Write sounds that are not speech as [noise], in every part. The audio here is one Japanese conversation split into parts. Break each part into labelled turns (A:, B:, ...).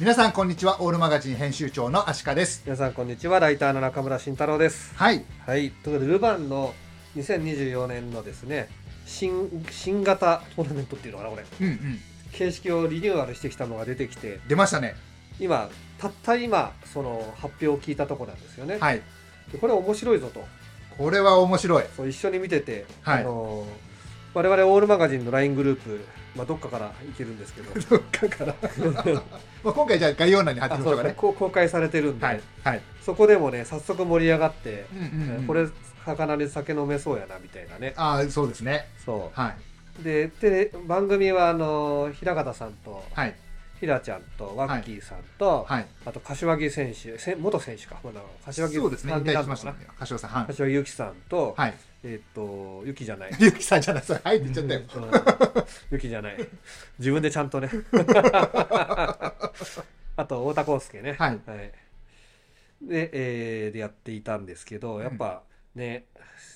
A: 皆さんこんにちはオールマガジン編集長のアシカです
B: 皆さんこんにちはライターの中村慎太郎です
A: はい
B: はいということでルヴァンの2024年のですね新新型トーナメントっていうのかなこれ
A: うんうん
B: 形式をリニューアルしてきたのが出てきて
A: 出ましたね
B: 今たった今その発表を聞いたとこなんですよね、
A: はい
B: でこれ面白いぞと
A: これは面白い
B: そう一緒に見てて、
A: はい
B: あのー我々オールマガジンの LINE グループ、まあ、どっかから行けるんですけど
A: [laughs] どっかからまあ今回じゃあ概要欄に貼って
B: [laughs] あ
A: みまし
B: そう
A: ょうか
B: ですね
A: ね
B: こう公開されてるんで、
A: はいはい
B: そこでもね早速盛り上がって、
A: うんうんうん
B: これ魚で酒飲めそうやなみたいなね
A: ああそうですね
B: そ
A: はいう
B: でで番組はあのー平方さんと、
A: はい
B: ひらちゃんとワッキーさんと、
A: はい
B: あと柏木選手せ元選手か、まだ
A: そ
B: 柏木
A: うですね
B: さ
A: 引
B: ん
A: 退
B: に
A: し
B: なる
A: ま
B: の
A: した
B: かな
A: ね柏木さんはい
B: 柏木由紀さんと、
A: はい [laughs]
B: えっ、と由紀じゃない
A: ゆきさんじゃないそれはいって言っちゃったよ
B: うんユキじゃない自分でちゃ
A: [laughs]
B: んとねあと太田康介ね
A: はい
B: で,、えーでやっていたんですけどやっぱね、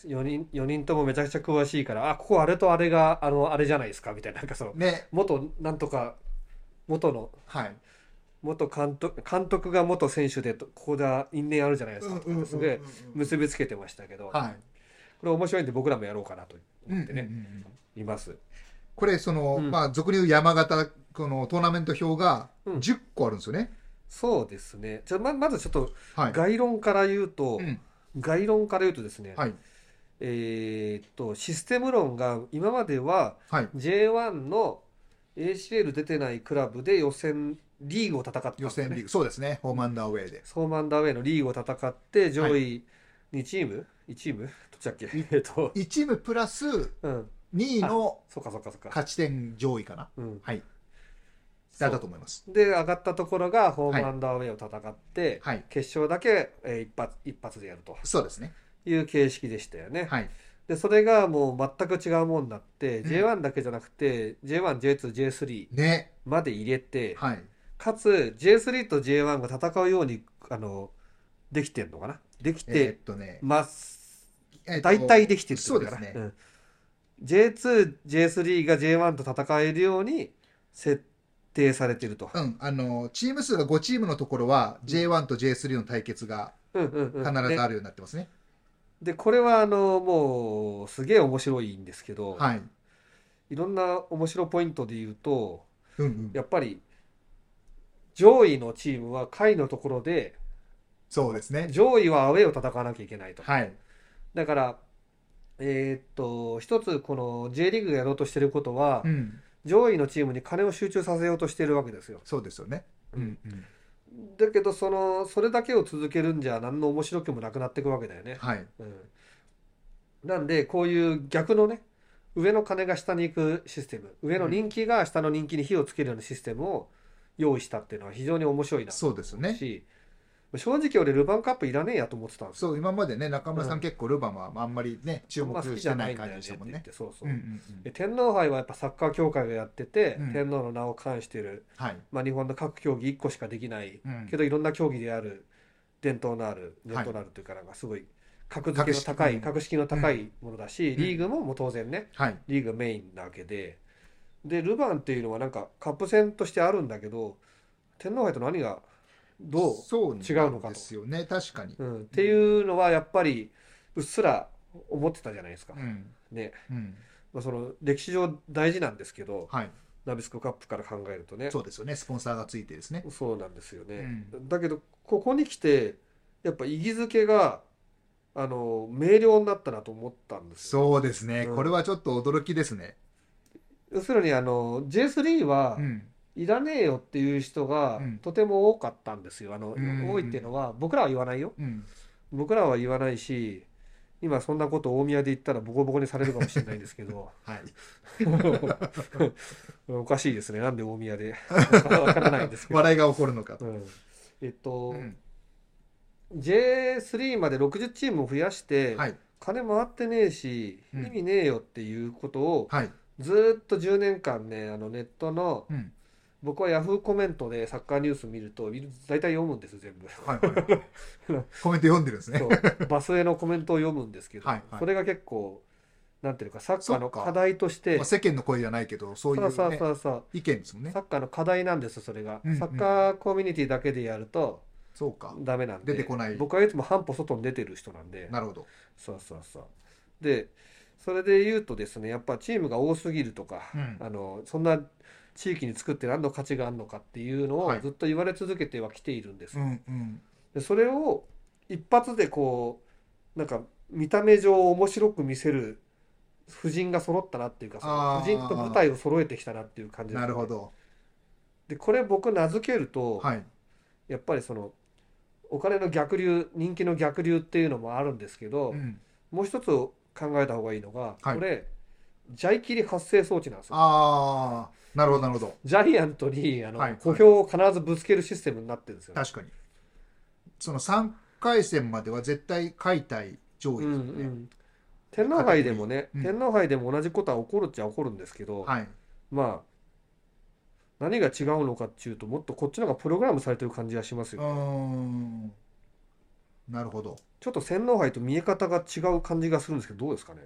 B: 4, 人4人ともめちゃくちゃ詳しいからあここあれとあれがあのあれじゃないですかみたいななんかその
A: ね
B: 元なんとか元の
A: はい
B: 元監督監督が元選手でとここだ因縁あるじゃないですかとかすごい結びつけてましたけど、
A: はい
B: これ面白いんで僕らもやろうかなと
A: うんうん
B: 思っ
A: う
B: て
A: んう
B: ね、
A: ん
B: います。
A: これその
B: うん
A: まあ俗に言う山形このトーナメント表が
B: うん
A: 10個あるんですよね
B: そうですね。じゃあままずちょっと
A: はい
B: 概論から言うと、
A: うん
B: 概論から言うとですね、
A: はい
B: えーっとシステム論が今までは
A: はい
B: J1 の ACL 出てないクラブで予選リーグを戦ったんですね
A: 予選リーグそうですねホームアンダーウェイで
B: ソーマンダーウェイのリーグを戦って上位2チーム、1チームどっちだっけえーっと、
A: 1チームプラス
B: うん、
A: 2位の
B: そうかそうかそうか、
A: 勝ち点上位かな
B: うん、
A: はい
B: そ
A: だ
B: う
A: ったと思います
B: で上がったところがホームアンダーウェイを戦って、
A: はい
B: 決勝だけ、えー一発一発でやると
A: そうですね
B: いう形式でしたよね。
A: はい
B: でそれがもう全く違うもんになって、
A: うん
B: J1 だけじゃなくて J1J2J3
A: ね
B: まで入れて、
A: はい
B: かつ J3 と J1 が戦うようにあのできてんのかなでき
A: えーってとね
B: ます、
A: えーと
B: 大体できてるって
A: そ
B: こ
A: う
B: と
A: で
B: かな
A: すね
B: うん J2J3 が J1 と戦えるように設定されてると、
A: うんあのチーム数が5チームのところは J1 と J3 の対決が
B: うんうんうん
A: 必ずあるようになってますね
B: ででこれはあのもうすげえ面白いんですけど、
A: はい
B: いろんな面白ポイントで言うと
A: うんうん
B: やっぱり上位のチームは下位のところで
A: そうですね
B: 上位はアウェーを戦わなきゃいけないと。
A: はい
B: だから、えーっと、一つこの J リーグがやろうとしてることは
A: う、ん
B: 上位のチームに金を集中させようとしてるわけですよ。
A: そうですよねうんうん
B: だけど、その、それだけを続けるんじゃ何の面白きもなくなっていくわけだよね。
A: はい
B: うん。なんで、こういう逆のね、上の金が下に行くシステム、上の人気が下の人気に火をつけるようなシステムを用意したっていうのは非常に面白いなと
A: そうですよね
B: し、正直俺ルヴァンカップいらねえやと思ってたんですよ。
A: そう今までね中村さ
B: うんん
A: 結構ルヴァンはあんまりね注
B: あんま
A: 目
B: 好き
A: し
B: じ
A: て
B: ゃ
A: な
B: ないいんだ
A: 感
B: よ
A: じでして
B: ねっ
A: たもん
B: 言っ
A: ね
B: て、そうそう
A: うんう。んう
B: で
A: ん
B: 天皇杯はやっぱサッカー協会がやってて、
A: うん
B: 天皇の名を冠してる、
A: はい
B: まあ、日本の各競技1個しかできない
A: うん
B: けどいろんな競技である伝統のある伝統のあるというかなんかすごい格付けの高い格式の高いものだし、
A: ん
B: リーグももう当然ね
A: はい
B: リーグメインなわけででルヴァンっていうのはなんかカップ戦としてあるんだけど天皇杯と何がどう
A: そうなん
B: 違うのかと
A: ですよね確かに
B: うん、っていうのはやっぱりうっすら思ってたじゃないですか
A: う。ん
B: ね、
A: うん
B: まあ、その歴史上大事なんですけど、
A: はい
B: ナビスコカップから考えるとね。
A: そうですよねスポンサーがついてですね
B: そうなんですよね。だけどここに来てやっぱ意義づけがあの明瞭になったなと思ったんですよ。
A: そうですね
B: うん
A: これはちょっと驚きですね
B: 要するにあの J3 は
A: うん
B: いらねえよっていう人が
A: うん
B: とても多かったんですよ。あの
A: うん
B: 多いっていうのは僕らは言わないよ。
A: うん
B: 僕らは言わないし今そんなこと大宮で言ったらボコボコにされるかもしれないですけど
A: はい
B: おかしいですねなんで [laughs] 大
A: [laughs]
B: 宮でわからないんですけど。
A: 笑いが起こるのかと
B: うんえっと、
A: うん
B: J3 まで60チームを増やして、
A: はい
B: 金回ってねえし、
A: うん
B: 意味ねえよっていうことを、
A: はい
B: ずーっと10年間ね、あのネットの、
A: うん
B: 僕はヤフーコメントでサッカーニュース見ると、い大体読むんですよ、全部。
A: はい
B: [laughs]
A: はいコメント読んでるんですね
B: そう、バスへのコメントを読むんですけど、
A: はいはい
B: それが結構、なんていうかサッカーの
A: そっか
B: 課題として
A: まあ、世間の声じゃないけど、そうい
B: そうそうう
A: ね
B: そうそう
A: 意見ですもんね
B: サ。ッカーの課題なんですそれが、
A: うんうん
B: サッカーコミュニティだけでやると
A: そうか。
B: ダメなんで
A: 出てこない
B: 僕はいつも半歩外に出てる人なんで
A: なるほど。
B: そうそうそうでそれで言うとですねやっぱチームが多すぎるとか、
A: うん
B: あのそんな地域に作って何の価値があるのかっていうの
A: は
B: を
A: い
B: ずっと言われ続けてはきているんです、
A: うんうん。
B: でそれを一発でこうなんか見た目上面白く見せる婦人が揃ったなっていうかその
A: あー
B: 婦人と舞台を揃えてきたなっていう感じです
A: なるほど。
B: でこれ僕名付けると、
A: はい。
B: やっぱりそのお金の逆流人気の逆流っていうのもあるんですけど、
A: うん、
B: もう一つ考えた方がいいのが、
A: はい
B: これジャイキリ発生装置なんですよ
A: ああ、なるほど、なるほど。
B: ジャイアントにあの、
A: はい
B: 小兵を必ずぶつけるシステムになってるんですよ、ね
A: 確かに。その3回戦までは絶対解体上位
B: うん
A: で
B: う
A: すよね。
B: ん、天皇杯でもね、
A: うん
B: 天皇杯でも同じことは起こるっちゃ起こるんですけど、
A: はい。
B: まあ何が違うのかっていうともっとこっちの方がプログラムされてる感じがします
A: う
B: よ、
A: ーん。なるほど。
B: ちょっと天皇杯と見え方が違う感じがするんですけどどうですかね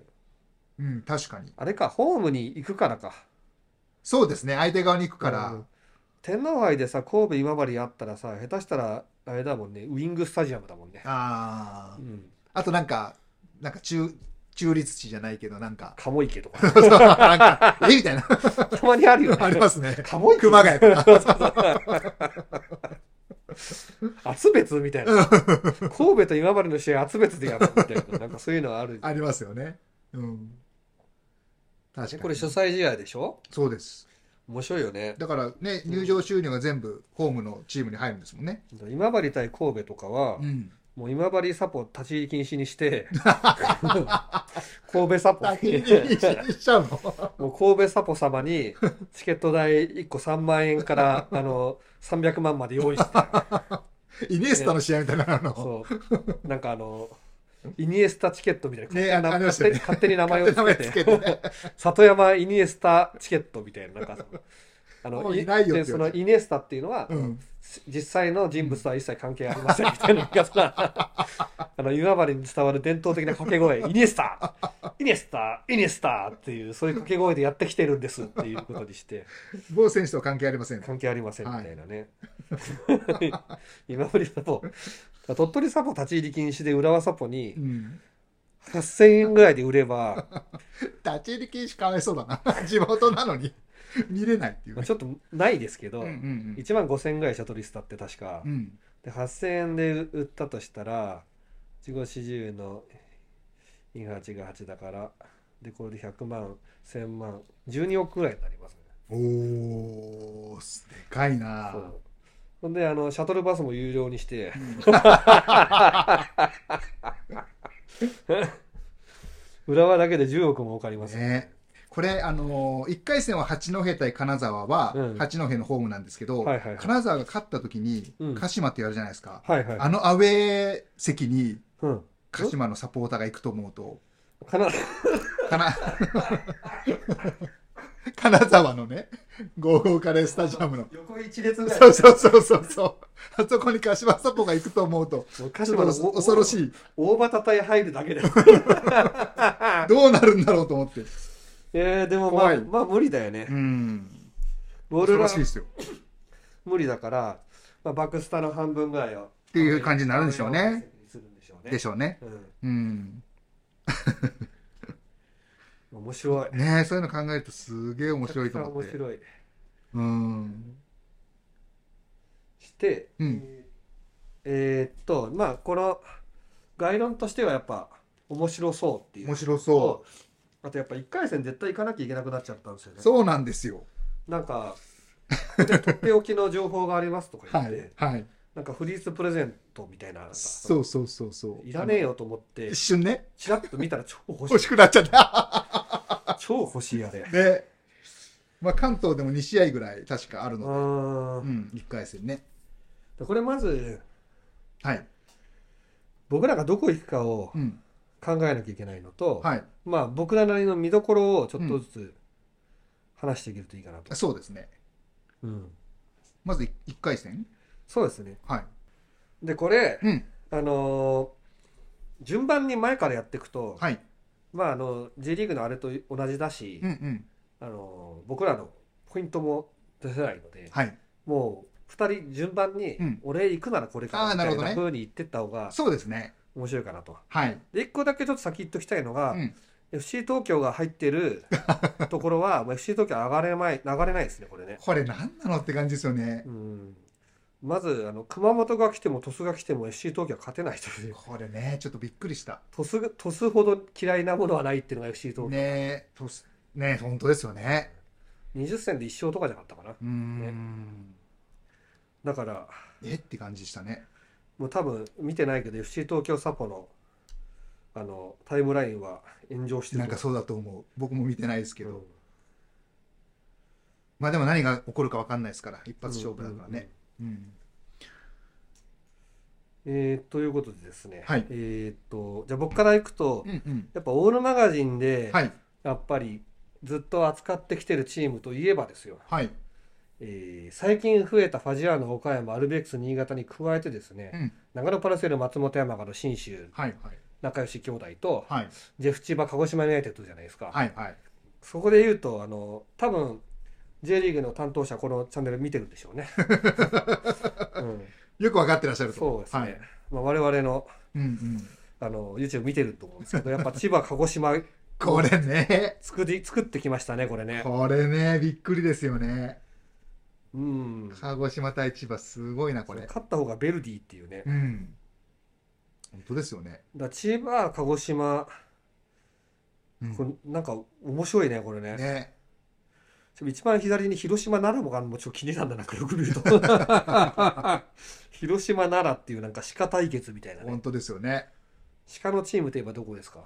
A: うん、確かに。
B: あれかホームに行くからか
A: そうですね、相手側に行くか
B: う
A: ら
B: ん。天皇杯でさ神戸今治あったらさ下手したらあれだもんねウィングスタジアムだもんね、
A: ああ
B: う。ん、
A: あとなんか、なんか中、中立地じゃないけど、なん
B: [laughs]
A: か、
B: 鴨池とか
A: そうなんかえみたいな、
B: たまにあるよね
A: [laughs] ありますね。
B: 鴨池
A: 熊谷とか。
B: 厚別みたいな神戸と今治の試合厚別でやるみたいななんかそういうのはある
A: ありますよね。うん。確かに。
B: これ主催試合でしょ
A: そうです。
B: 面白いよね
A: だからね、入場収入が全部ホームのチームに入るんですもんね。
B: 今治対神戸とかは、
A: ん。
B: もう今治サポ立ち入り禁止にして
A: [laughs]
B: 神戸サポ
A: あ、禁止にしちゃうの
B: もう神戸サポ様にチケット代1個3万円からあの300万まで用意して
A: イニエスタの試合みたいなの。
B: そうなんかあのイニエスタチケットみたいな、
A: ね
B: 勝手な
A: あありました
B: 勝
A: ね
B: 手勝手に名前をつ
A: 勝手に名前つけ
B: けて
A: てね
B: 里山イニエスタチケットみたいななんかその
A: [laughs]
B: あ
A: も
B: の
A: ういないよ
B: で
A: って
B: そ
A: 言
B: の
A: われて
B: イニエスタって [laughs] いうのは、
A: うん。
B: 実際の人物とは一切関係ありませんみたいなの [laughs] がさあの今治に伝わる伝統的な掛け声イニエスタイニエスタイニエスタっていうそういう掛け声でやってきてるんですっていうことにして
A: 某選手とは関係ありません。
B: 関係ありませんみたいなね、 [laughs] 今治サポ鳥取サポ立ち入り禁止で浦和サポに
A: うん。
B: 8000円ぐらいで売れば
A: 立ち入り禁止かわいそうだ
B: [laughs]
A: な。地元なのに見れないっていう
B: まあ
A: ね。
B: ちょっとないですけど、
A: うんうん
B: 1万5000円ぐらいシャトリスタって確か、
A: うん。うん。
B: で8000円で売ったとしたら1540の28が8だからでこれで100万1000万12億ぐらいになりますね
A: おー、すでかいな
B: そうほんであのシャトルバスも有料にして、 [laughs] 浦和だけで10億も儲かりますよ
A: ねこれ、あのー、1回戦は八戸対金沢は、
B: うん
A: 八戸のホームなんですけど、
B: はいはいはい
A: 金沢が勝った時に、
B: うん
A: 鹿島ってやるじゃないですか。
B: はいは
A: あ
B: い、
A: のアウェー席に
B: うん、
A: 鹿島のサポーターが行くと思うと、
B: かな
A: かな [laughs] 金沢のね、ゴーゴーカレースタジアムの。
B: 横一列ぐらい
A: そうそうそうそうそう。あそこに鹿島サポが行くと思うと、
B: もう鹿
A: ちょっ
B: 島
A: と
B: の
A: 恐恐ろし
B: い
A: い。
B: 大旗隊入る
A: [laughs]
B: だけで
A: どうなるんだろうと思って。
B: えー、でもま
A: 怖
B: あ
A: い
B: まあ無理だよね
A: うん。
B: ボー
A: 恐
B: ル
A: ろ
B: が
A: しいですよ。
B: 無理だから、まあ、バックスターの半分ぐらいをって
A: いう感じになるんでしょうね
B: するんでしょうね
A: でしょうね。
B: う
A: うん。
B: ん、面白い
A: ねえそういうの考えるとすげえ面白いと思っ
B: 面
A: て。
B: 白い
A: うん。
B: して、
A: うん
B: えーっとまあこの概論としてはやっぱ面白そうっていう
A: 面白そ
B: あとやっぱ1回戦絶対行かなきゃいけなくなっちゃったんですよね
A: う。そうなんですよ。
B: なんかここでとっておきの情報がありますとか
A: [laughs]
B: 言
A: は
B: って、
A: い。はい。
B: なんかフリースプレゼントみたいななんか
A: そうそうそうそう。
B: いらねえよと思っ
A: あの
B: て
A: 一瞬ね、 [laughs]
B: ちらっと見たら超欲しい
A: 欲しくなっちゃった。
B: 超欲しいあれ
A: ね。まあ関東でも2試合ぐらい確かある
B: う
A: の。
B: ー
A: うんん、1回戦ね。
B: でこれまず
A: はい。
B: 僕らがどこ行くかを
A: うん。
B: 考えなきゃいけないのと、
A: はい。
B: まあ僕らなりの見どころをちょっとずつ話していけるといいかなと、
A: そうですね。
B: うん
A: まず1回戦
B: そうですね
A: はい。
B: でこれ
A: うん。
B: あのー順番に前からやっていくと、
A: はい。
B: まああの J リーグのあれと同じだし、
A: うんうん。
B: あの僕らのポイントも出せないので、
A: はい。
B: もう2人順番に、
A: うん
B: 俺行くならこれか
A: あー
B: らみ
A: なるほ
B: たい
A: ど
B: な
A: ね
B: 風に言ってった方が
A: そうですね。
B: 面白いかなと。
A: はい。
B: で1個だけちょっと先言っときたいの
A: う
B: が、
A: ん。
B: FC 東京が入ってるところは、まあ、FC 東京上がれない上がれないですねこれね。
A: これ何なのって感じですよね
B: う。んまずあの熊本が来ても鳥栖が来ても FC 東京は勝てないという [laughs]
A: これね、ちょっとびっくりした。
B: 鳥栖が鳥栖ほど嫌いなものはないっていうのが FC 東京、
A: ねえ、とすねえ、本当ですよね。
B: 20戦で1勝とかじゃなかったかな
A: うーん。
B: だから
A: えって感じでしたね。
B: もう多分見てないけど FC 東京サポのあのタイムラインは炎上してる
A: なんかそうだと思う。僕も見てないですけ
B: う
A: ど。
B: ん
A: まあでも何が起こるか分かんないですから、一発勝負だからね。うん
B: えーということでですね、
A: はい
B: えーっとじゃあ僕からいくと、
A: うんうん。
B: やっぱオールマガジンで、
A: はい。
B: やっぱりずっと扱ってきてるチームといえばですよ、
A: はい。
B: えー最近増えたファジアーノ岡山アルベックス新潟に加えてですね、
A: うん。
B: 長野パルセル松本山鹿の信州
A: はい。
B: 仲良し兄弟と
A: はい。はい。
B: ジェフ千葉鹿児島ユナイテッドじゃないですか、
A: はい。はい。
B: そこで言うとあの多分 J リーグの担当者このチャンネル見てるんでし
A: [laughs]
B: ょうね、うん
A: よく分かってらっしゃると思
B: そうですね、
A: はい。
B: まあ、我々の
A: うんうん。
B: あの YouTube 見てると思うんですけどやっぱ千葉鹿児島
A: これね。
B: 作り作ってきましたねこれね
A: これね、びっくりですよね。
B: うん
A: 鹿児島対千葉、すごいな、これ。
B: 勝った方がベルディっていうね
A: うん。本当ですよね。
B: だから千葉鹿児島
A: うん
B: これなんか面白いねこれね
A: ね。
B: ちょ一番左に広島奈良もあるのもちょっと気になるんだなこれよく
A: [laughs]
B: 見ると広島奈良っていうなんか鹿対決みたいなね
A: 本当ですよね。
B: 鹿のチームといえばどこですか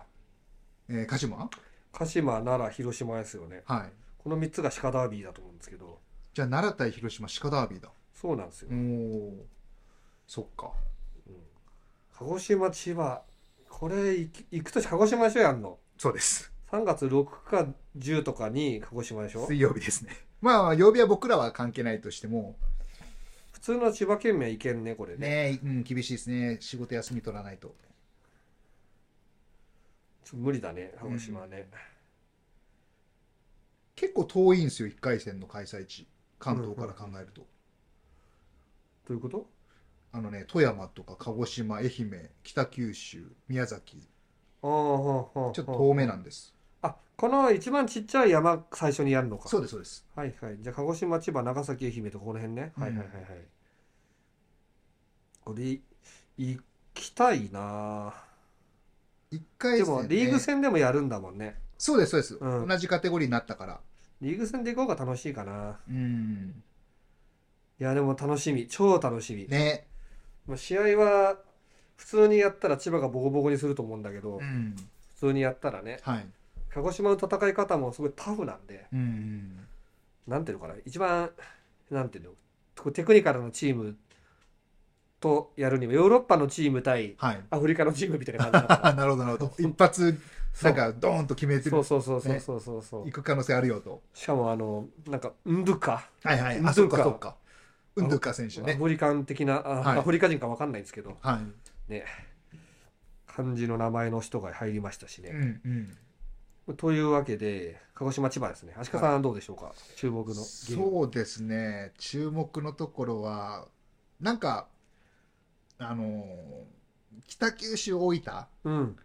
A: えー、鹿島
B: 鹿島奈良広島ですよね
A: はい。
B: この3つが鹿ダービーだと思うんですけど
A: じゃあ、奈良対広島、鹿ダービーだ。
B: そうなんですよ
A: おー。そっか。
B: 鹿児島千葉これ行き行くと鹿児島でしょやんの
A: そうです。
B: 3月6か10とかに鹿児島でしょ
A: 水曜日ですね。まあ、曜日は僕らは関係ないとしても、
B: 普通の千葉県民は行けんねこれね
A: ねえ、うん、厳しいですね。仕事休み取らないと。
B: ちょ無理だね鹿児島はね、
A: 結構遠いんですよ、1回戦の開催地。関東から考えると。
B: どういうこと
A: あのね、富山とか鹿児島、愛媛、北九州、宮崎、ち
B: ああはあはあ
A: ょ
B: はあ
A: っと遠めなんです。
B: あこの一番ちっちゃい山最初にやるのか
A: そうです、そうです。
B: はいはいじゃあ鹿児島千葉長崎愛媛とこの辺ね、
A: うん
B: はいはいはいはいこれ行きたいな
A: 1回
B: で
A: 戦、
B: もリーグ。戦でもやるんだもんね
A: そうです、そうです。
B: うん
A: 同じカテゴリーになったから。
B: リーグ戦で行こうが楽しいかな
A: うん。
B: いやでも楽しみ超楽しみ、
A: ね。
B: まあ、試合は普通にやったら千葉がボコボコにすると思うんだけど、
A: うん。
B: 普通にやったらね
A: はい。
B: 鹿児島の戦い方もすごいタフなんで
A: うん。
B: なんていうのかな一番なんていうのこうテクニカルなチームとやるにはヨーロッパのチーム対
A: はい。
B: アフリカのチームみたいな感じだか
A: あ [laughs]
B: ら
A: なるほど、なるほど。 [laughs] 一発、[laughs] な
B: そうん
A: か、ドーンと決めて
B: そう
A: る
B: そうそうそうそうそうそう
A: いく可能性あるよと。
B: しかもあのなんかンドゥカ
A: はいはい。
B: うん
A: あ、そっか、
B: ドゥ
A: そ
B: ンカ
A: っか。うんどか選手
B: ア
A: ね。
B: フリカン的なあ
A: はい
B: アフリカ人かわかんないんですけど
A: は
B: 漢字の名前の人が入りましたし
A: い。
B: ね
A: うんうん。
B: というわけで、鹿児島、千葉ですね。足利さんどうでしょうか、注目のゲーム。
A: そうですね、注目のところは、なんか、あのー北九州、大分、
B: うん。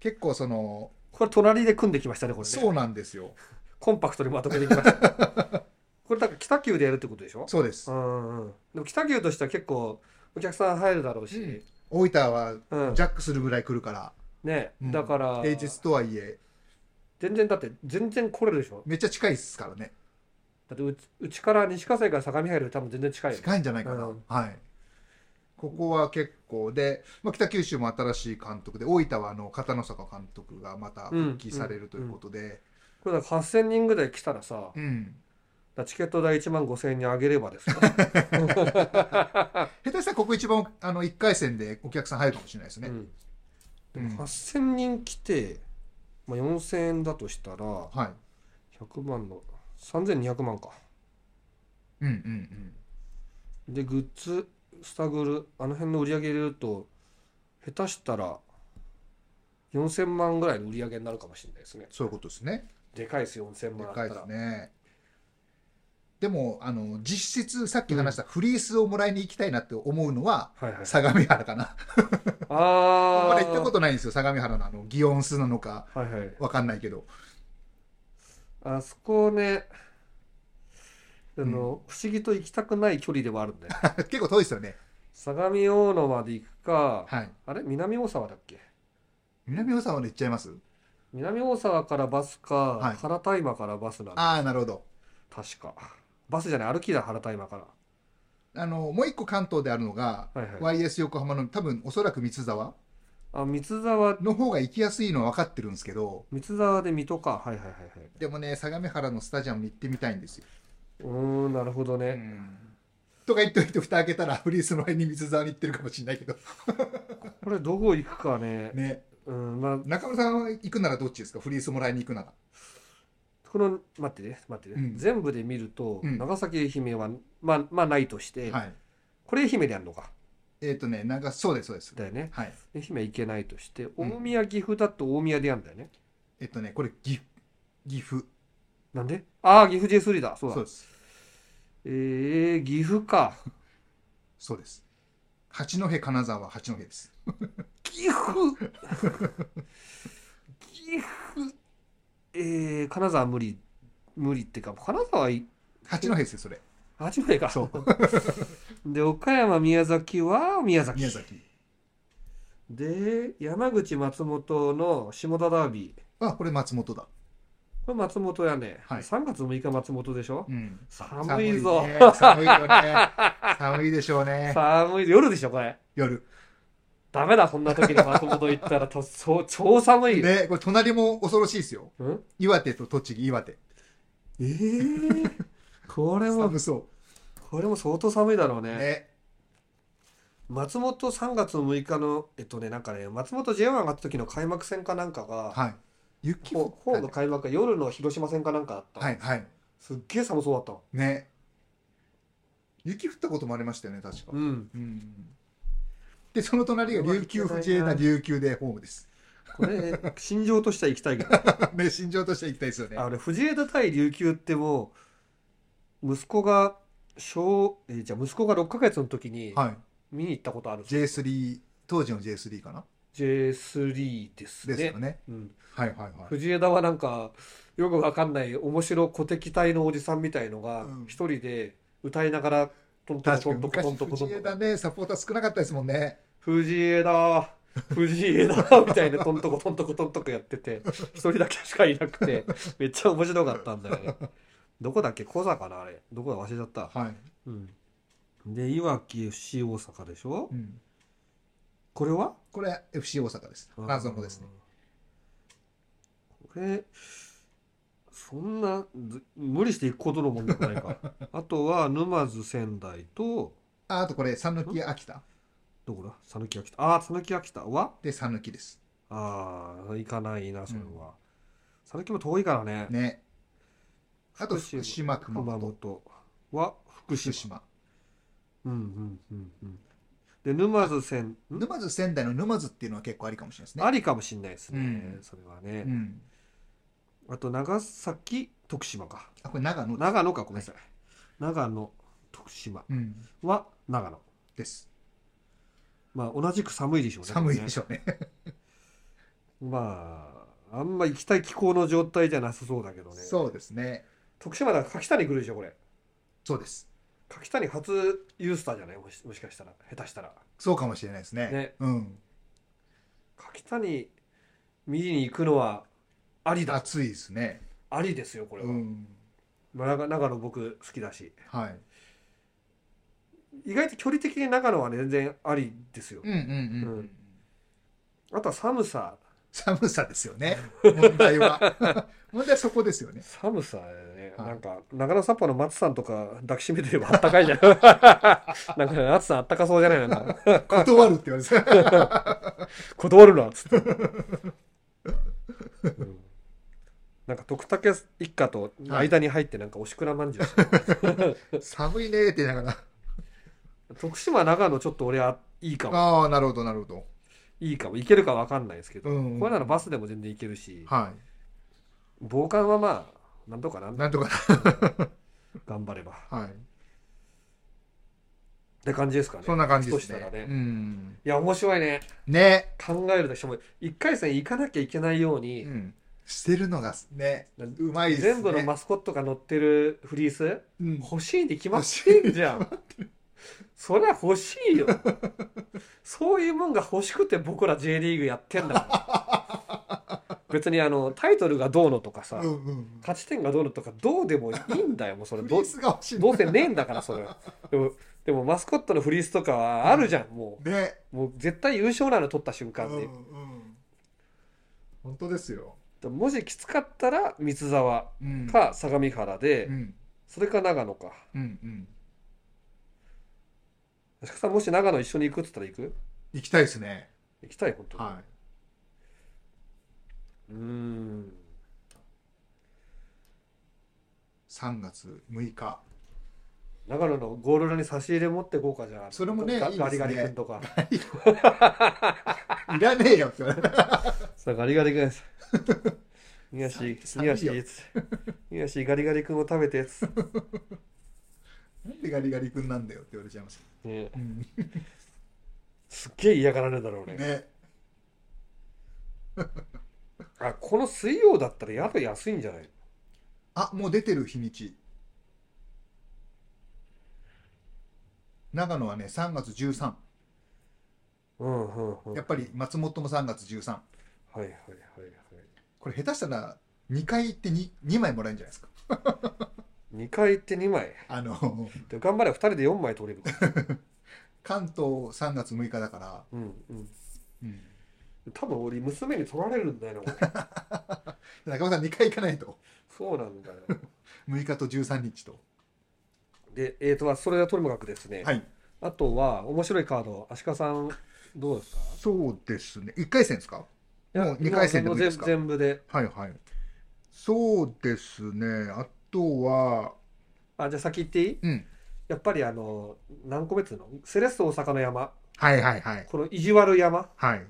A: 結構その、
B: これ、隣で組んできましたね、これ
A: そ
B: ね。
A: うなんですよ、
B: コンパクトにまとめてき
A: [laughs]
B: ました。これ、だから北急でやるってことでしょ
A: そうです、
B: んうん。でも北急としては結構、お客さん入るだろうし、
A: 大分は
B: うん。
A: ジャックするぐらい来るから、
B: ね、
A: うん
B: だから、
A: 平日とはいえ、
B: 全然、だって、全然来れるでしょ。
A: めっちゃ近いですからね、
B: だってうち、うちから西葛西から相模原より多分全然近いよね。
A: 近いんじゃないかな、
B: うん
A: はい。ここは結構で、まあ、北九州も新しい監督で、大分はあの片野坂監督がまた復帰されるということで、
B: これ、だから8000人ぐらい来たらさ、だか
A: うん
B: らチケット代1万5000円に上げればですよ。
A: 下手したらここ一番あの1回戦でお客さん入るかもしれないですね。
B: うん
A: う
B: で
A: ん
B: も8000人来て、まあ、4000円だとしたら100
A: はい
B: 万の3200万か
A: うんうんうん、
B: でグッズスタグルあの辺の売り上げ入れると下手したら4000万ぐらいの売り上げになるかもしれないですね
A: そういうことですね。
B: でかいですよ4000
A: で
B: 万あった
A: からいですね。でも、あの、実質、さっき話したフリースをもらいに行きたいなって思うのは、
B: はいはい
A: 相模原かな。
B: ああ
A: まだ行ったことないんですよ、相模原のあの、祇園巣なのか、
B: はいはい
A: わかんないけど。
B: あそこねあの、不思議と行きたくない距離ではある
A: [laughs]
B: んで
A: 結構遠いですよね。
B: 相模大野まで行くか
A: はい。
B: あれ南大沢だっけ
A: 南大沢まで行っちゃいます
B: 南大沢からバス
A: は
B: か
A: い
B: 原大麻からバスなんで
A: ああ、なるほど。
B: 確かバスじゃない歩きだ原大麻から
A: あの、もう一個関東であるのが、
B: はいはい
A: YS 横浜の多分おそらく三ツ沢
B: あ三沢
A: の方が行きやすいのは分かってるんですけど
B: 三沢で水戸かはいはいはいはい
A: でもね相模原のスタジアムに行ってみたいんですよ、
B: うーんなるほどね
A: とか言っといて蓋開けたらフリースの辺に三ツ沢に行ってるかもしれないけど
B: これどこ行くかね
A: ね
B: うんまあ
A: 中村さんは行くならどっちですかフリースもらいに行くなら
B: この待ってね待ってね、
A: うん
B: 全部で見ると、
A: うん
B: 長崎愛媛はまあまあないとして、
A: はい
B: これ愛媛でやるのか
A: えっ、とねなんかそうですそうです
B: だよね
A: はい
B: 愛媛行けないとして
A: ん
B: 大宮岐阜だと大宮でやるんだよね、
A: えっ、とねこれ岐阜岐阜
B: なんでああ岐阜 J3 だそうだ
A: そうです
B: えー、岐阜か
A: そうです八戸金沢は八戸です
B: 岐阜 [laughs] 岐阜えー、金沢無理無理ってか金沢い
A: 八戸ですよそれ
B: 八戸か
A: そう
B: [laughs] で岡山宮崎は宮崎
A: 宮崎
B: で山口松本の下田ダービー
A: あこれ松本だ
B: これ松本やね、
A: はい
B: 3月6日松本でしょ
A: うん
B: 寒いぞ
A: ね寒いよね寒いでしょうね
B: 寒い夜でしょこれ
A: 夜
B: ダメだこんな時に松本行ったらとそう超寒いよ、
A: ねこれ隣も恐ろしいですよ
B: うん、
A: 岩手と栃木岩手
B: えー、 [laughs] これも
A: 寒そ
B: これも相当寒いだろう
A: う
B: ね
A: ね
B: 松本3月6日のえっとねなんかね松本 J1 上がった時の開幕戦かなんかが
A: はい雪
B: ホ
A: も
B: ーの開幕が夜の広島戦かなんかあった、
A: はいはい
B: すっげえ寒そうだったの
A: ね雪降ったこともありましたよね確か
B: うん
A: うんでその隣が琉球藤枝琉球でホームです
B: これ心情としては行きたいけど
A: ね心情としては行きたいですよね
B: あれ藤枝対琉球ってもう息子が小えーじゃあ息子が6ヶ月の時に
A: はい
B: 見に行ったことあるんですよ
A: J3 当時の J3 かな
B: J3 です
A: です
B: ね
A: よね
B: うん、
A: はいはいはい
B: 藤枝はなんかよくわかんない面白小敵隊のおじさんみたいのが
A: うん
B: 一人で歌いながらトントン
A: 確
B: ト
A: かに
B: ント
A: 昔
B: ントントントン
A: 藤
B: トント
A: 枝
B: ン
A: ねサポーター少なかったですもんね
B: 藤枝藤枝みたいなトントコトントコトントコやってて一人だけしかいなくてめっちゃ面白かったんだよねどこだっけ小坂かなあれどこだ忘れちゃった
A: はい
B: うん、でいわき FC 大阪でしょ
A: うん
B: これは
A: これ FC 大阪です謎のですね
B: これそんなず無理していくことのもんでもないかあとは沼津仙台と
A: ああとこれ讃岐秋田
B: どこだ讃岐秋田ああ讃岐秋田は
A: で讃岐です
B: ああ行かないなそれ
A: うん
B: は讃岐、も遠いからね
A: ねあと福島熊
B: 熊
A: 本
B: 本は福
A: 福
B: 島
A: 島
B: うんうんうんうんで沼津仙ん
A: 沼津仙台の沼津っていうのは結構ありかもしれないですね
B: ありかもしんないですね、
A: うん
B: それはね、
A: うん、
B: あと長崎徳島か
A: あこれ長野です
B: 長野かごめんなさい、長野徳島
A: うん、
B: は長野
A: です
B: まあ同じく寒いでしょうね
A: 寒いでしょうね
B: まああんま行きたい気候の状態じゃなさそうだけどね
A: そうですね
B: 徳島だから柿谷来るでしょこれ
A: そうです
B: 柿谷初ユースターじゃないもしもしかしたら下手したら
A: そうかもしれないですね
B: ね
A: うん
B: 柿谷見に行くのはありだ
A: 暑いですね
B: ありですよこれは、
A: うん
B: まあ長長野僕好きだし
A: はい
B: 意外と距離的に長野はね全然ありですよ、
A: うんうんうん、
B: うんあとは寒さ
A: 寒さですよね問題は [laughs] 問題はそこですよね
B: 寒さだよね、
A: はい
B: なんか長野札幌の松さんとか抱きしめてればあった
A: [laughs]
B: かいじゃんなんか松さんあったかそうじゃないのなん
A: [laughs]
B: か
A: 断るって言われてた
B: 断るなっ
A: [laughs]
B: つって、うんなんか徳武一家と間に入ってなんかおしくらまんじゅ
A: [laughs]
B: うしてる、
A: 寒いねーって言いながら
B: 徳島長野ちょっと俺はいいかも
A: ああなるほどなるほど
B: いいかも行けるか分かんないですけど、
A: うんうん
B: これならバスでも全然行けるし
A: は。
B: 防寒はまあなんとかないん
A: なんとか、
B: 頑張ればっ
A: はい。
B: て感じですかね
A: そんな感じで
B: 少し
A: す
B: なら
A: ね。
B: ね
A: うん。
B: いや面白いね
A: ね。
B: 考えるとしても一回戦行かなきゃいけないように、
A: うん。してるのがね、うまいですね。
B: 全部のマスコットが乗ってるフリース
A: うん
B: 欲しいに決まってんじゃんそりゃ欲しいよそういうもんが欲しくて僕ら J リーグやってん
A: [laughs]
B: だから別にあのタイトルがどうのとかさ、
A: うんうん。
B: 勝ち点がどうのとかどうでもいいんだよもうそれ
A: フリ
B: どう
A: ースが欲しい
B: どうせねえんだからそれはでもでもマスコットのフリースとかはあるじゃん、も
A: ね。
B: うもう絶対優勝なの取った瞬間
A: うんう
B: で、
A: ん。本当ですよ。
B: もしきつかったら三沢
A: うん。
B: か相模原で、
A: うん。
B: それか長野か
A: うんうん。
B: 吉川さんもし長野一緒に行くっつったら行く
A: 行きたいですね。
B: 行きたい本当に、
A: は
B: うーん
A: い。3月6日。
B: 長野のゴール裏に差し入れ持ってこうかじゃあ
A: それもね
B: ガ
A: いいですね
B: ガリガリ君とか
A: いらねえよ、それ。
B: そうガリガリ君宮市
A: 寒い
B: 宮
A: よ
B: 市つ宮市ガリガリ君を食べてつ、
A: なんでガリガリ君なんだよって言われちゃいまし
B: ね、
A: た。うん。
B: すっげえ嫌がられるだろうね
A: ね。
B: あこの水曜だったら宿安いんじゃない
A: あ、もう出てる日にち。長野はね、3月13。
B: うんうんうん
A: やっぱり松本も3月13。
B: はいはいはいはい
A: これ下手したら2回行って 2, 2枚もらえるんじゃないですか。
B: 2回行って2枚
A: あの、
B: で頑張れば2人で4枚取れるから
A: 関東3月6日だから、
B: うんうん
A: うん、
B: 多分俺娘に取られるんだよなこれ
A: [laughs] 中村さん2回行かないと。
B: そうなんだよ。
A: 6日と13日と。
B: で、えーと、それはとにもかくですね、
A: はい。
B: あとは、面白いカード、足利さん、どうですか
A: そうですね。1回戦ですかもう二回戦でもいいですか
B: 全部で。
A: はいはい。そうですね。あとは、
B: あ、じゃあ先行っていい
A: うん。
B: やっぱり、あの、何個目っつうのセレッソ大阪の山、
A: はいはいはい。
B: この意地悪山、
A: はい。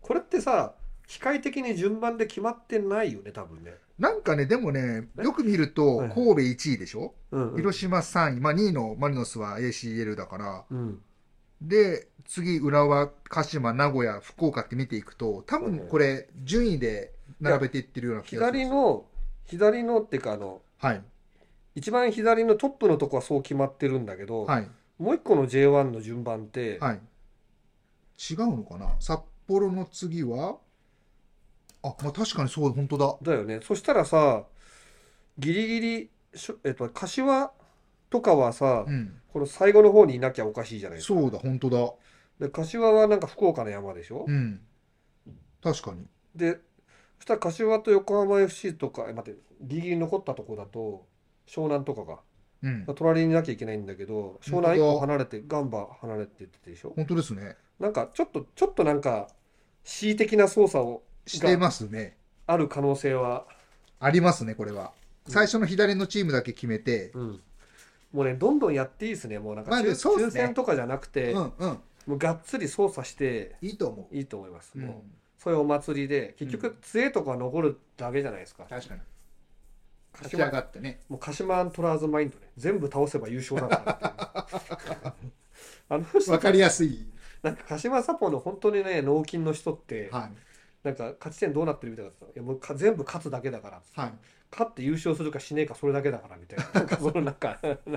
B: これってさ、機械的に順番で決まってないよね、多分ね。
A: なんかね、でもね、
B: え
A: よく見ると
B: はいはい、
A: 神戸1位でしょ、
B: うん、うん。
A: 広島3位、まあ、2位のマリノスは ACL だから、
B: うん。
A: で、次、浦和、鹿島、名古屋、福岡って見ていくと、多
B: はいは
A: 分
B: い
A: これ、順位で並べていってるような気がする。
B: 左の、左のっていうか、あの、
A: はい。
B: 一番左のトップのとこはそう決まってるんだけど、
A: はい。
B: もう一個の J1 の順番って、
A: はい。違うのかな札幌の次はあ、まあ、確かにそう、本当だ。
B: だよね。そしたらさ、ギリギリ、しょえっと、柏とかはさ、
A: うん。
B: この最後の方にいなきゃおかしいじゃないですか。
A: そうだ、本当だ。
B: で、柏はなんか福岡の山でしょ
A: うん。確かに。
B: で、そしたら柏と横浜 FC とか、え待って、ギリギリ残ったとこだと、湘南とかが、
A: うん。
B: 隣にいなきゃいけないんだけど、湘南
A: 本
B: 1
A: 当
B: 個
A: だ
B: 離れて、ガンバ離れてってでしょ
A: 本当ですね。
B: なんか、ちょっと、ちょっとなんか、恣意的な操作を、
A: してますね。
B: ある可能性は、
A: ありますね、これは。最初の左のチームだけ決めて、
B: うん。もうね、どんどんやっていいですね。もうなんか
A: まあ
B: 抽、
A: ねそうっすね
B: 抽選とかじゃなくて、
A: うんうん、
B: もうがっつり操作して
A: いいと思う。
B: いいと思います。
A: うん
B: もうそういうお祭りで結
A: う
B: 局杖とか残るだけじゃないですか。
A: 確かに。
B: 鹿
A: 勝ち上
B: 島
A: がってね。
B: もう鹿島アントラーズマインドね全部倒せば優勝だから
A: [laughs]
B: っていうあの人
A: わかりやすい。
B: なんか鹿島サポの本当にね脳筋の人って、
A: は
B: なんか勝ち点どうなってるみたいなこといやもうか全部勝つだけだから
A: い。は
B: 勝って優勝するかしねえかそれだけだからみたいななん
A: [laughs]
B: かそのなんか [laughs]
A: い。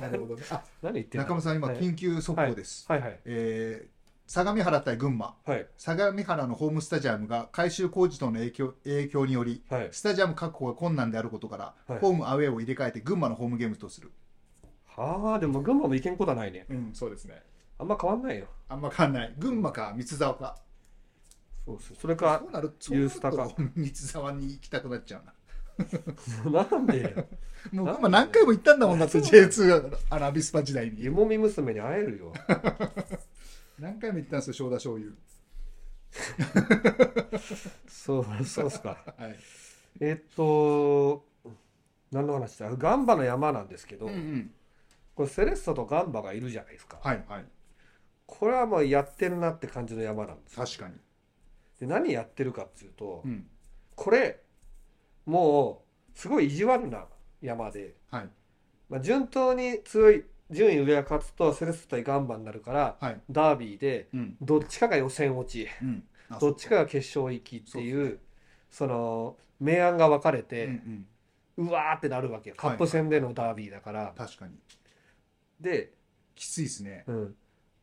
A: なるほどね。あ、
B: 何言ってんの
A: 中村さん、今、
B: はい
A: 緊急速報です。
B: はいはい
A: えー相模原対群馬。
B: はい
A: 相模原のホームスタジアムが改修工事等の影響影響により、
B: はい
A: スタジアム確保が困難であることから、
B: はい
A: ホームアウェーを入れ替えて群馬のホームゲームとする。
B: はあでも群馬もいけんことはないね
A: うん、そうですね。
B: あんま変わんないよ
A: あんま変わんない。群馬か三沢か。
B: そうですそれか
A: そうなるそう
B: ユ
A: な
B: ー
A: る
B: スタか
A: と三沢に行きたくなっちゃうな。
B: なんで
A: も
B: よ
A: う
B: な
A: 群
B: んで
A: 馬何回も行ったんだもんなって J2 があのアビスパ時代に
B: 湯。もみ娘に会えるよ。
A: 何回も行ったんですよ、正田醤油。
B: そう、そうっすか。
A: はい。
B: えっと、何の話だガンバの山なんですけど、
A: うんうん。
B: これセレッソとガンバがいるじゃないですか。
A: はいはい。
B: これはまあやってるなって感じの山なんですよ
A: 確かに。
B: で何やってるかっていうと、
A: うん。
B: これもうすごい意地悪な山で、
A: はい。
B: まあ、順当に強い順位上が勝つとセレス対ガンバになるから
A: はい。
B: ダービーで
A: うん。
B: どっちかが予選落ち
A: うん。あ
B: どっちか。が決勝行きっていうその明暗が分かれ
A: そうかうんう
B: て、
A: ん。
B: うわーってなるわけよカップ戦でのダービーだから。
A: 確かに。
B: で、
A: きついですね。
B: うん、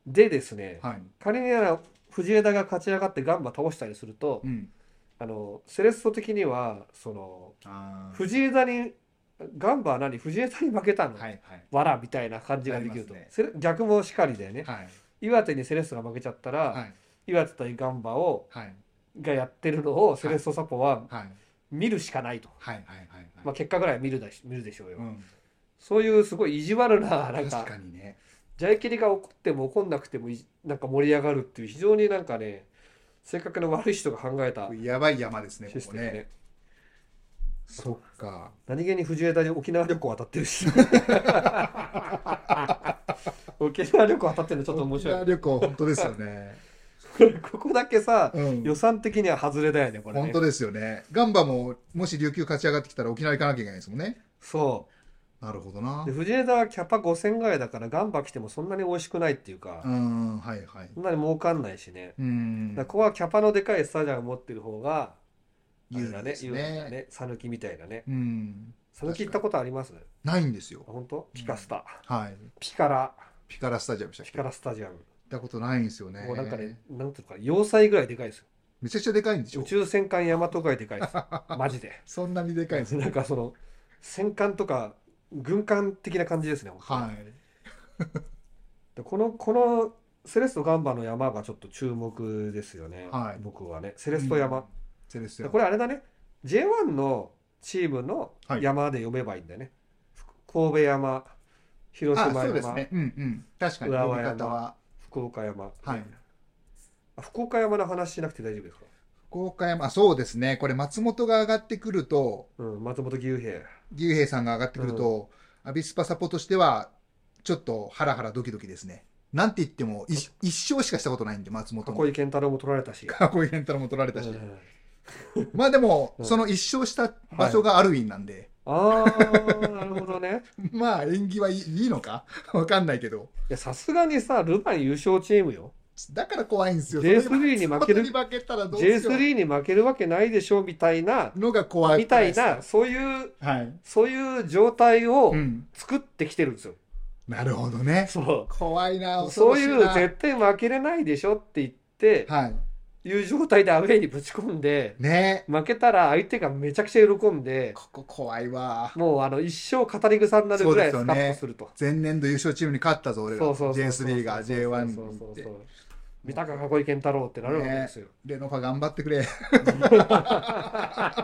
B: でですね、
A: はい。
B: 仮にあの藤枝が勝ち上がってガンバ倒したりすると、
A: うん。
B: あのセレッソ的にはその
A: あー
B: 藤枝にガンバは何藤枝に負けたの、
A: はいはい。
B: わらみたいな感じができると、
A: なります
B: セレ逆もしかりだよね、
A: はい。
B: 岩手にセレッソが負けちゃったら、
A: はい。
B: 岩手対ガンバを
A: はい。
B: がやってるのをセレッソサポは
A: はい。
B: 見るしかないと、
A: はいはいはいはい。
B: まあ、結果ぐらいは見るだし見るでしょうよ、
A: うん、
B: そういうすごい意地
A: [laughs]
B: 悪ななんか
A: 確かにね。
B: ジャイキリが怒っても怒んなくてもいなんか盛り上がるっていう非常になんかね性格の悪い人が考え
A: [laughs]
B: た
A: やばい山ですね、こ
B: シス
A: こ
B: テムね
A: ね。そっか。
B: 何気に藤枝に沖縄旅行当たって
A: [laughs]
B: るし [laughs] 沖縄旅行当たってるのちょっと面白い
A: 沖縄旅行、本当ですよね。
B: これここだけさ、
A: うん
B: 予算的には外れだよねこれ
A: 本
B: ね
A: 当ですよね。ガンバも、もし琉球勝ち上がってきたら沖縄行かなきゃいけないですもんね。
B: そ
A: なるほどな
B: うで。藤枝はキャパ5000ぐらいだからガンバ来てもそんなに美味しくないっていうか、
A: うん、はいはい。
B: そんなに儲かんないしね、
A: うん
B: だから。ここはキャパのでかいスタジアム持ってる方があれ
A: 有
B: だ
A: 利
B: ね
A: です
B: 有利だ
A: ね。
B: ね讃岐みたいなね
A: うん。
B: 讃岐行ったことあります
A: ないんですよ。
B: 本当ピカスタ、
A: はい。
B: ピカラ
A: ピカラスタジアムでしたっ
B: ピ
A: け行
B: カ
A: っ
B: ラスタジアム、
A: たことないんですよね。
B: もうなんかねなんていうのか要塞ぐらいでかいですよ
A: めちゃくちゃでかいんでし
B: 宇
A: ょ
B: 宙戦艦大和ぐらい
A: [laughs]
B: でかいですマジで
A: そんなにでかいんですね
B: なんかその戦艦とか軍艦的な感じですね、本当に
A: はい。
B: でこのこのセレストガンバの山がちょっと注目ですよね、
A: はい
B: 僕はねセレスト山、
A: うんセレスト
B: で
A: 山。
B: これあれだね J1 のチームの
A: はい
B: 山で読めばいいんだよね、神戸山広
A: あ、
B: 島
A: そうです
B: 山、
A: ね。うんうん。確かに、
B: 浦
A: 呼
B: 和
A: び
B: 山
A: 方は。
B: 福岡山、
A: はい
B: あ福岡山の話しなくて大丈夫ですか、
A: 福岡山、あそうですね。これ、松本が上がってくると、
B: うん、松本牛平
A: 牛平さんが上がってくると、アビスパサポとしては、ちょっとハラハラドキドキですね。なんて言っても、い一勝しかしたことないんで、松本も。
B: 囲い健太郎も取られたし、
A: かっこいい変太郎も取られたし。
B: うん
A: まあでも、
B: うん
A: その一勝した場所がアルウィンなんで、
B: ああなるほどね
A: まあ縁起はいいいいのか [laughs] わかんないけど。
B: いやさすがにさルヴァン優勝チームよ
A: だから怖いんですよ。
B: J3 に負ける
A: 松本に負けたらどうしよ
B: J3 に負けるわけないでしょみたいな
A: うのが怖い。
B: みたい。なそういう
A: はい。
B: そういう状態を
A: うん。
B: 作ってきてるんですよ、
A: なるほどね。
B: そ
A: 怖いな、
B: うそうい
A: 恐
B: う
A: ろし
B: 絶対負けれないでしょって言って、
A: な。はい。
B: いう状態でアウェイにぶち込んで
A: ね
B: 負けたら相手がめちゃくちゃ喜んで
A: ここ怖いわ。
B: もうあの一生語り草になるぐらいスカ
A: そうですよ
B: ッ
A: ね
B: とすると。
A: 前年度優勝チームに勝ったぞ、俺ら。
B: そうそうそう
A: J3 が
B: そうそうそう
A: J1 に
B: そう
A: 行
B: そ
A: っ
B: う
A: て
B: そ。う三鷹かこい健太郎ってなるわけですよ、
A: レノファ頑張ってくれ。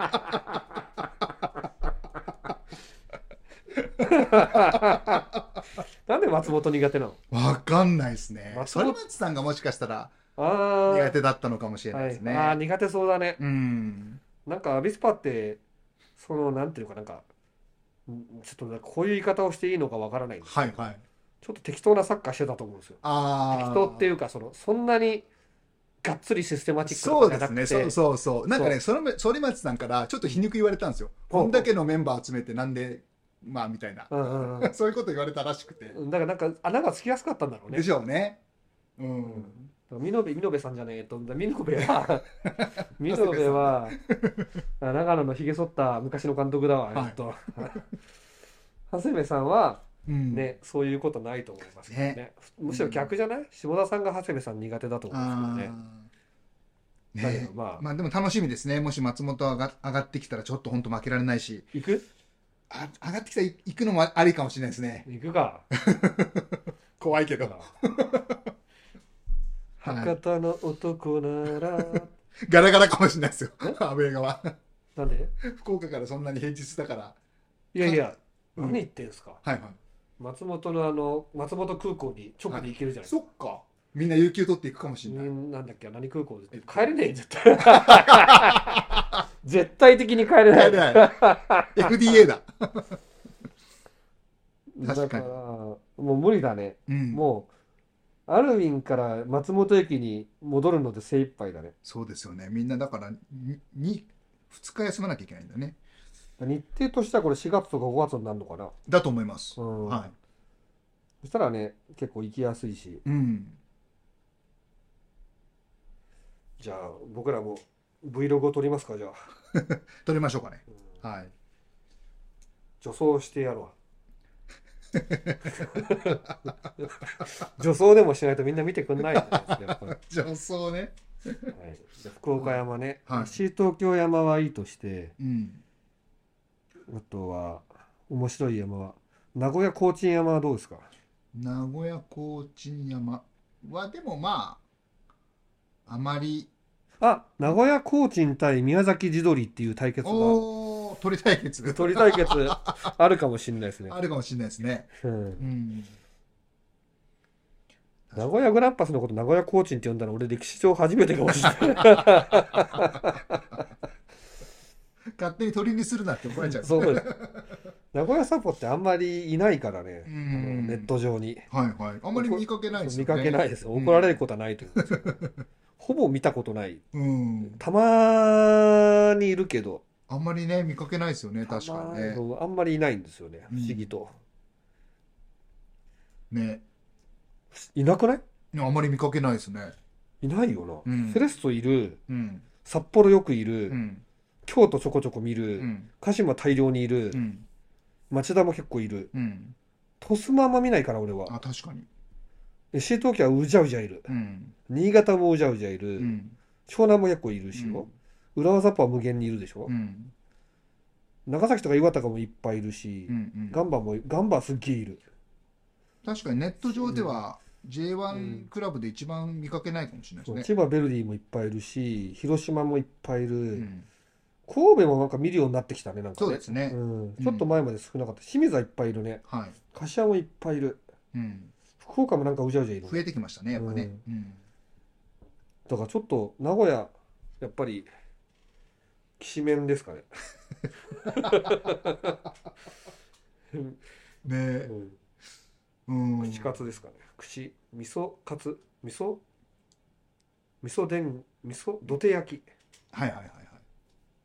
B: [laughs] なんで松本苦手なの
A: わかんないですね。
B: 松
A: 反
B: 本
A: 町さんがもしかしたら
B: あー
A: 苦手だったのかもしれないですね。
B: はい、あー苦手そうだね
A: うん。
B: なんかアビスパってそのなんていうかなんかんちょっとなんかこういう言い方をしていいのかわからないんですけ
A: は
B: ど
A: いはい。
B: ちょっと適当なサッカーしてたと思うんですよ
A: ああ。
B: 適当っていうかそのそんなにがっつりシステマチックな
A: そう
B: じゃ
A: ですね。
B: なく
A: そ
B: て
A: うそうそう。なんかね、その反町さんからちょっと皮肉言われたんですよ。
B: ほう
A: こんだけのメンバー集めてなんで、まあみたいな。
B: うんうんうん
A: [laughs]
B: だ
A: そういうこと言われたらしくて。
B: からなんか穴がつきやすかったんだろうね
A: でしょうね。う
B: うん
A: ん。
B: だから見延見延さんじゃねえと見
A: [laughs]
B: 延は見延はあ長野のひげ剃った昔の監督だわ、
A: はい
B: えっと [laughs] 長谷部さんは
A: うん。
B: ね、そういうことないと思いますけどねむしろ逆じゃない、下田さんが長谷部さん苦手だと思うん
A: あ
B: ですけどね
A: ーね
B: だけどまあ
A: まあでも楽しみですね。もし松本上が上がってきたらちょっと本当負けられないし、
B: 行く
A: あ上がってきたら行くのもありかもしれないですね。
B: 行く
A: [laughs]
B: か
A: 怖いけど。
B: 博多の男なら
A: ガラガラかもしれないですよ。アウェー側。
B: なんで
A: 福岡からそんなに平日だから。
B: いやいや、
A: うん
B: 何言ってんすか
A: はいは
B: 松本のあの松本空港に直で行けるじ
A: い。
B: ゃないです
A: そっか。みんな有給取っていくかもしれ
B: か、
A: な
B: う
A: い。
B: んなんだっけ何空港
A: えっと
B: 帰れねえ絶対
A: [laughs]
B: 絶対的に帰れない
A: 帰れない。FDA だ。
B: [laughs] だ
A: 確か
B: か
A: らに
B: もう無理だね、
A: うん。
B: もアルウィンから松本駅に戻るので精一杯だね。
A: そうですよね。みんなだから、に、に2日休まなきゃいけないんだね。
B: 日程としてはこれ4月とか5月になるのかな。
A: だと思います。
B: うん
A: は
B: そしたらね、結構行きやすいし、
A: い。うん。
B: じゃあ僕らも Vlog を撮りますか、じゃあ。
A: 取りましょうかね。
B: うん
A: はい。
B: 女装してやるわ。 [laughs] 女装でもしないとみんな見てくんないよね、やっぱり。
A: 女装ね。
B: はい、じゃあ福岡山ね、
A: はい
B: 西東京山はいいとして
A: うん。
B: あとは面白い山は名古屋高知山はどうですか
A: 名古屋高知山は、でもまあ、あまり、
B: あ名古屋高知対宮崎地鶏っていう対決が
A: おー、鳥対決
B: 鳥対決あるかもしれないですね、
A: あるかもしれないですね。
B: うん、
A: うん。
B: 名古屋グランパスのこと名古屋高知って呼んだの俺歴史上初めてかもしれ
A: [laughs]
B: ない
A: 勝手に鳥にするなって怒られちゃう。
B: そうです名古屋サポってあんまりいないからね、
A: うん
B: ネット上に
A: はいはい。あんまり見かけないですよ
B: 見
A: ね。
B: かけないです
A: うん
B: 怒られることはないということですよ
A: [laughs]
B: ほぼ見たことない
A: うん。
B: たまにいるけど、
A: あんまりね、見かけないですよね、確かにね
B: た。まにあんまりいないんですよね、
A: うん
B: 不思議と。
A: ね。
B: いなくない
A: いやあんまり見かけないですね。
B: いないよな、
A: うん
B: セレストいる、
A: うん。
B: 札幌よくいる、
A: うん。
B: 京都ちょこちょこ見
A: う
B: る、
A: ん。
B: 鹿島大量にいる、
A: うん。
B: 町田も結構いる。
A: うん。
B: 鳥栖もあんま見ないから、俺は。
A: あ、確かに。
B: 西東京はうじゃうじゃいる。
A: うん。
B: 新潟もうじゃうじゃいる。
A: うん。
B: 湘南も結構いるしよ。浦和サッパは無限にいるでしょ、
A: うん。
B: 長崎とか岩手もいっぱいいるし、
A: うん。うん
B: ガンバも、ガンバすっげえいる。
A: 確かにネット上では
B: うん
A: J1 クラブで一番見かけないかもしれないですね。
B: 千葉ヴェルディもいっぱいいるし、広島もいっぱいいる。
A: うん
B: 神戸もなんか見るようになってきたね、なんか
A: そう
B: ね
A: で。すね。
B: うん、ちょっと前まで少なかった。清水はいっぱいいるね。
A: はい。
B: 柏もいっぱいいる。
A: うん。
B: 福岡もなんかうじゃうじゃいる。
A: 増えてきましたね、やっぱね。うん。
B: だからちょっと名古屋、やっぱり、きしめんですかね。うん
A: ねうん。
B: 口カツですかね。口、味噌カツ、味噌、味噌でん、味噌土手焼き
A: はいはいはいはい。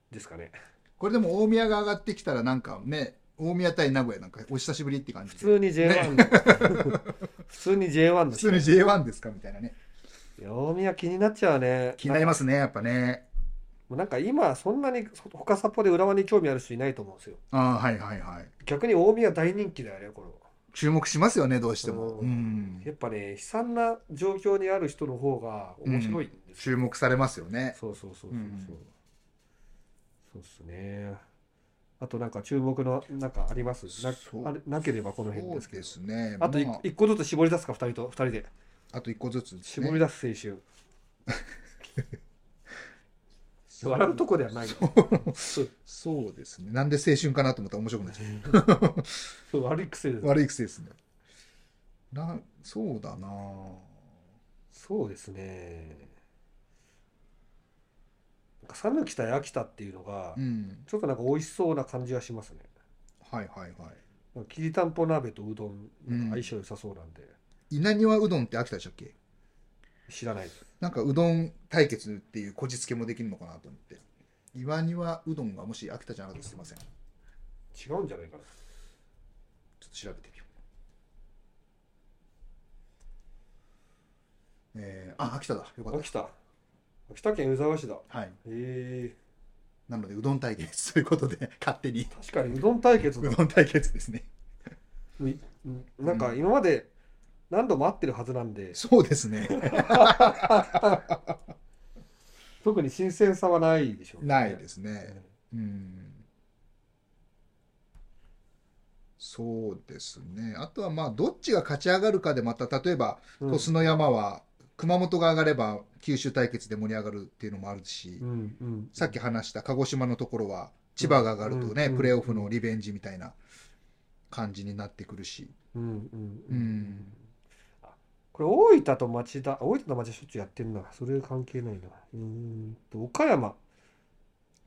B: ですかね。
A: これでも大宮が上がってきたらなんかね、大宮対名古屋なんかお久しぶりって感
B: 普
A: じで。
B: 通に J1 の、 [laughs] 普通に J1 の
A: 普通に J1 ですかみたいなね。
B: 大宮気になっちゃうね。
A: 気になりますね、やっぱね。
B: もうなんか今そんなにそ他札幌で浦和に興味ある人いないと思うんですよ
A: ああ、はいはいはい。
B: 逆に大宮大人気だよねこれは
A: 注目しますよね、どうしても。
B: う
A: うんん。
B: やっぱね悲惨な状況にある人の方が面白いんです
A: 注
B: よ、
A: 目されますよね。
B: そうそうそうそうそう、
A: うん
B: そうっすねあとなんか注目のなんかありますな
A: そう
B: あれなければこの辺ですけど
A: そうですね。
B: あと一
A: まあ
B: 一個ずつ絞り出すか二人と二人で
A: あと一個ずつですね
B: 絞り出す青春、笑うとこではない
A: そうそうですね。なんで青春かなと思ったら面白くなっちゃう。
B: [laughs] 悪い癖です [laughs]
A: 悪い癖ですね。な、そうだな
B: そうですね。なんか讃岐対秋田っていうのが
A: う、ん。
B: ちょっとなんか美味しそうな感じはしますね。
A: はいはいはい。
B: なんかきりたんぽ鍋とうどん、なんか相性良さそうなんで、
A: 稲庭うどんって秋田でしたっけ
B: 知らないです。
A: なんかうどん対決っていうこじつけもできるのかなと思って。岩庭うどんがもし秋田じゃなかったらすいません。ちょ
B: 違うんじゃないかな。
A: っと調べてみよう。えー、あ、秋田だ。よかっ
B: 秋田。秋田県湯沢市だ。
A: た。はい。
B: へえ。
A: なので、うどん対決ということで、勝手に。
B: 確かにうどん対決
A: う
B: だ。
A: どん対決ですね。
B: うんなんか今まで何度も会ってるはずなんで、
A: そうですね。
B: 特に新鮮さはないでしょうね。
A: ないですね。うん。そうですね。あとは、まあ、どっちが勝ち上がるかで、また、例えば、
B: うん。
A: 鳥栖の山は、熊本が上がれば、九州対決で盛り上がるっていうのもあるし
B: う、んうん。
A: さっき話した鹿児島のところは、千葉が上がるとね、
B: うん
A: プレーオフのリベンジみたいな感じになってくるし。
B: うんうんう
A: うんん。
B: あこれ大分と町田、あ大分と町田しょっちゅうやってんな。それ関係ないな。うーんと、岡山。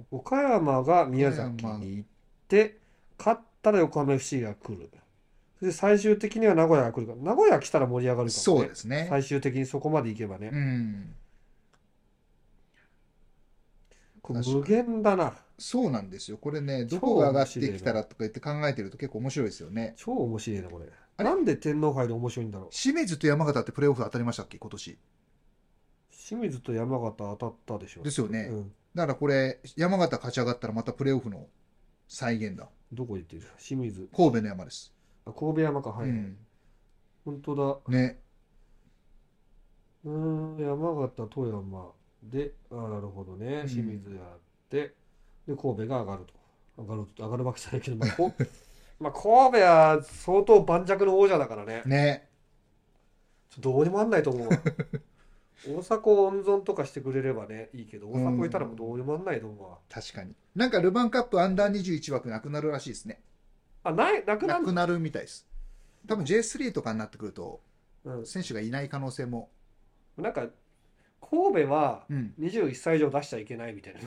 B: 岡山が宮崎に行って、勝ったら横浜 FC が来る。で最終的には名古屋が来るから名古屋来たら盛り上がるかもね
A: そうですね。
B: 最終的にそこまで行けばね、
A: うん。
B: これ
A: 確かに
B: 無限だな
A: そうなんですよ。これね、どこが上がってきたらとか言って考えてると結構面白いですよね。
B: 超面白いなこれ
A: あれ
B: なんで天皇杯で面白いんだろう
A: 清水と山形ってプレーオフ当たりましたっけ、今年。
B: 清水と山形当たったでしょ
A: ですよね。
B: うん、
A: だからこれ、山形勝ち上がったらまたプレーオフの再現だ。
B: どこ行ってる清水
A: 神戸の山です。
B: あ神戸山かはい、
A: うん。
B: 本当だ
A: ね。
B: うーん、山形、富山で、あー、なるほどね、
A: うん
B: 清水やって、で、神戸が上がると。上がると、上がるわけじゃないけど、ま
A: [laughs]
B: あ、こまあ、神戸は相当盤石の王者だからね、
A: ね。
B: ちょっとどうにもあんないと
A: [laughs]
B: 思うわ。大迫を温存とかしてくれればね、いいけど、大迫いたらもうどうにもあんないと思うわ。
A: 確かに。なんかルヴァンカップアンダー21枠なくなるらしいですね。
B: あ、ない、なくな
A: なんくなるみたいです。多分 J3 とかになってくると、
B: う
A: 選手がいない可能性も。
B: ん。なんか、神戸は
A: うん。
B: 21歳以上出しちゃいけないみたいな。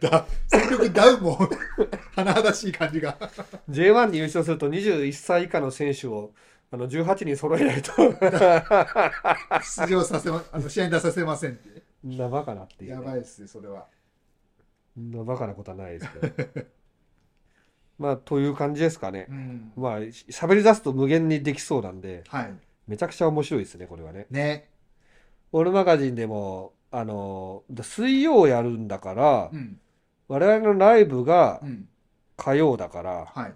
A: だ、結局ダウンも、 [laughs] 甚だしい感じが。
B: J1 に優勝すると21歳以下の選手をあの18人揃えないと [laughs]
A: 出場させま、あの試合に出させませんって。
B: んなバカなっていう、
A: やばいですね、それは。
B: んなバカなことはないですけど [laughs] まあという感じですかね
A: うん。
B: まあし喋り出すと無限にできそうなんで
A: はい。
B: めちゃくちゃ面白いですねこれはね
A: ね。
B: オールマガジンでもあの水曜やるんだから、
A: うん。
B: 我々のライブが
A: うん。
B: 火曜だから
A: はい。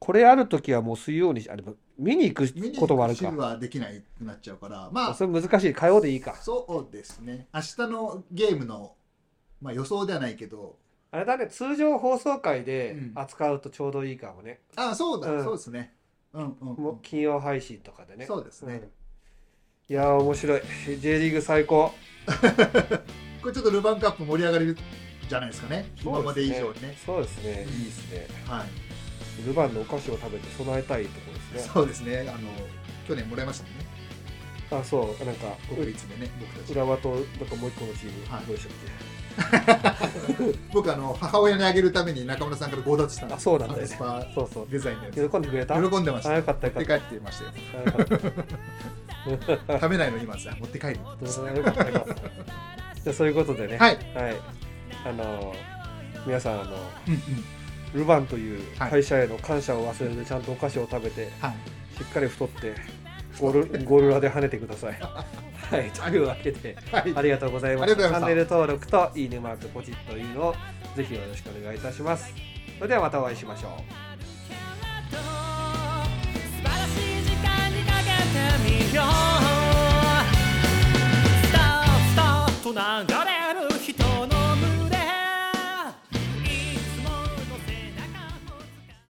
B: これある時はもう水曜にしあれ見に行く
A: 見に
B: こともあ
A: 行
B: る
A: くシ
B: か
A: ルはできないくなっちゃうから、まあ、
B: それ難しい火曜でいいか
A: そうですね。明日のゲームの、まあ予想ではないけど、
B: あれだね、通常放送回で
A: うん
B: 扱うとちょうどいいかもね。
A: あそうだ、
B: うん
A: そうですね。うんうん、
B: もう金曜配信とかで
A: うん。
B: ね。
A: そうですね。
B: うんいやー、面白い。J リーグ最高。
A: これちょっとルヴァンカップ盛り上がるじゃないですかね。今まで以上にね。
B: そうですね。
A: うん
B: いいですね。
A: はい。
B: ルヴァンのお菓子を食べて備えたいところですね。
A: そうですね。あの、去年もらいましたもんね。
B: あ、そう、なんか、
A: 国立でね、僕たち。
B: 浦和と、なんかもう一個のチーム、
A: はい
B: どうでしたっ
A: 僕、あの、母親にあげるために中村さんから強奪したん
B: け。
A: で
B: あ、
A: す。
B: そうなんだ
A: ア
B: よ
A: メ
B: ね。
A: スパ
B: そうそう。
A: デザインのやつ。
B: 喜んでくれたあ、よ
A: 喜んでました。
B: かった、よ
A: 持
B: か
A: っ
B: って
A: 帰ってましたよ。
B: た。あよかった。
A: 食べないのに今さ、持って帰る。
B: うんよかったよかったじゃあそういうことでね。
A: はい。
B: はい。あのー、皆さん、あのー、
A: うんうん。
B: ルヴァンという
A: はい
B: 会社への感謝を忘れずちゃんとお菓子を食べて
A: はい。
B: しっかり太ってゴルゴルラで跳ねてください。はい、というわけで
A: はい
B: ありがとうございまし
A: ありがとう
B: た。チ
A: ご
B: ャン
A: ざ
B: ネ
A: いま
B: ル登録といいねマークポチッといいのをぜひよろしくお願いいたします。それではまたお会いしましょう。
C: 「素晴らしい時間にかけてみよう」「スタースターと流れ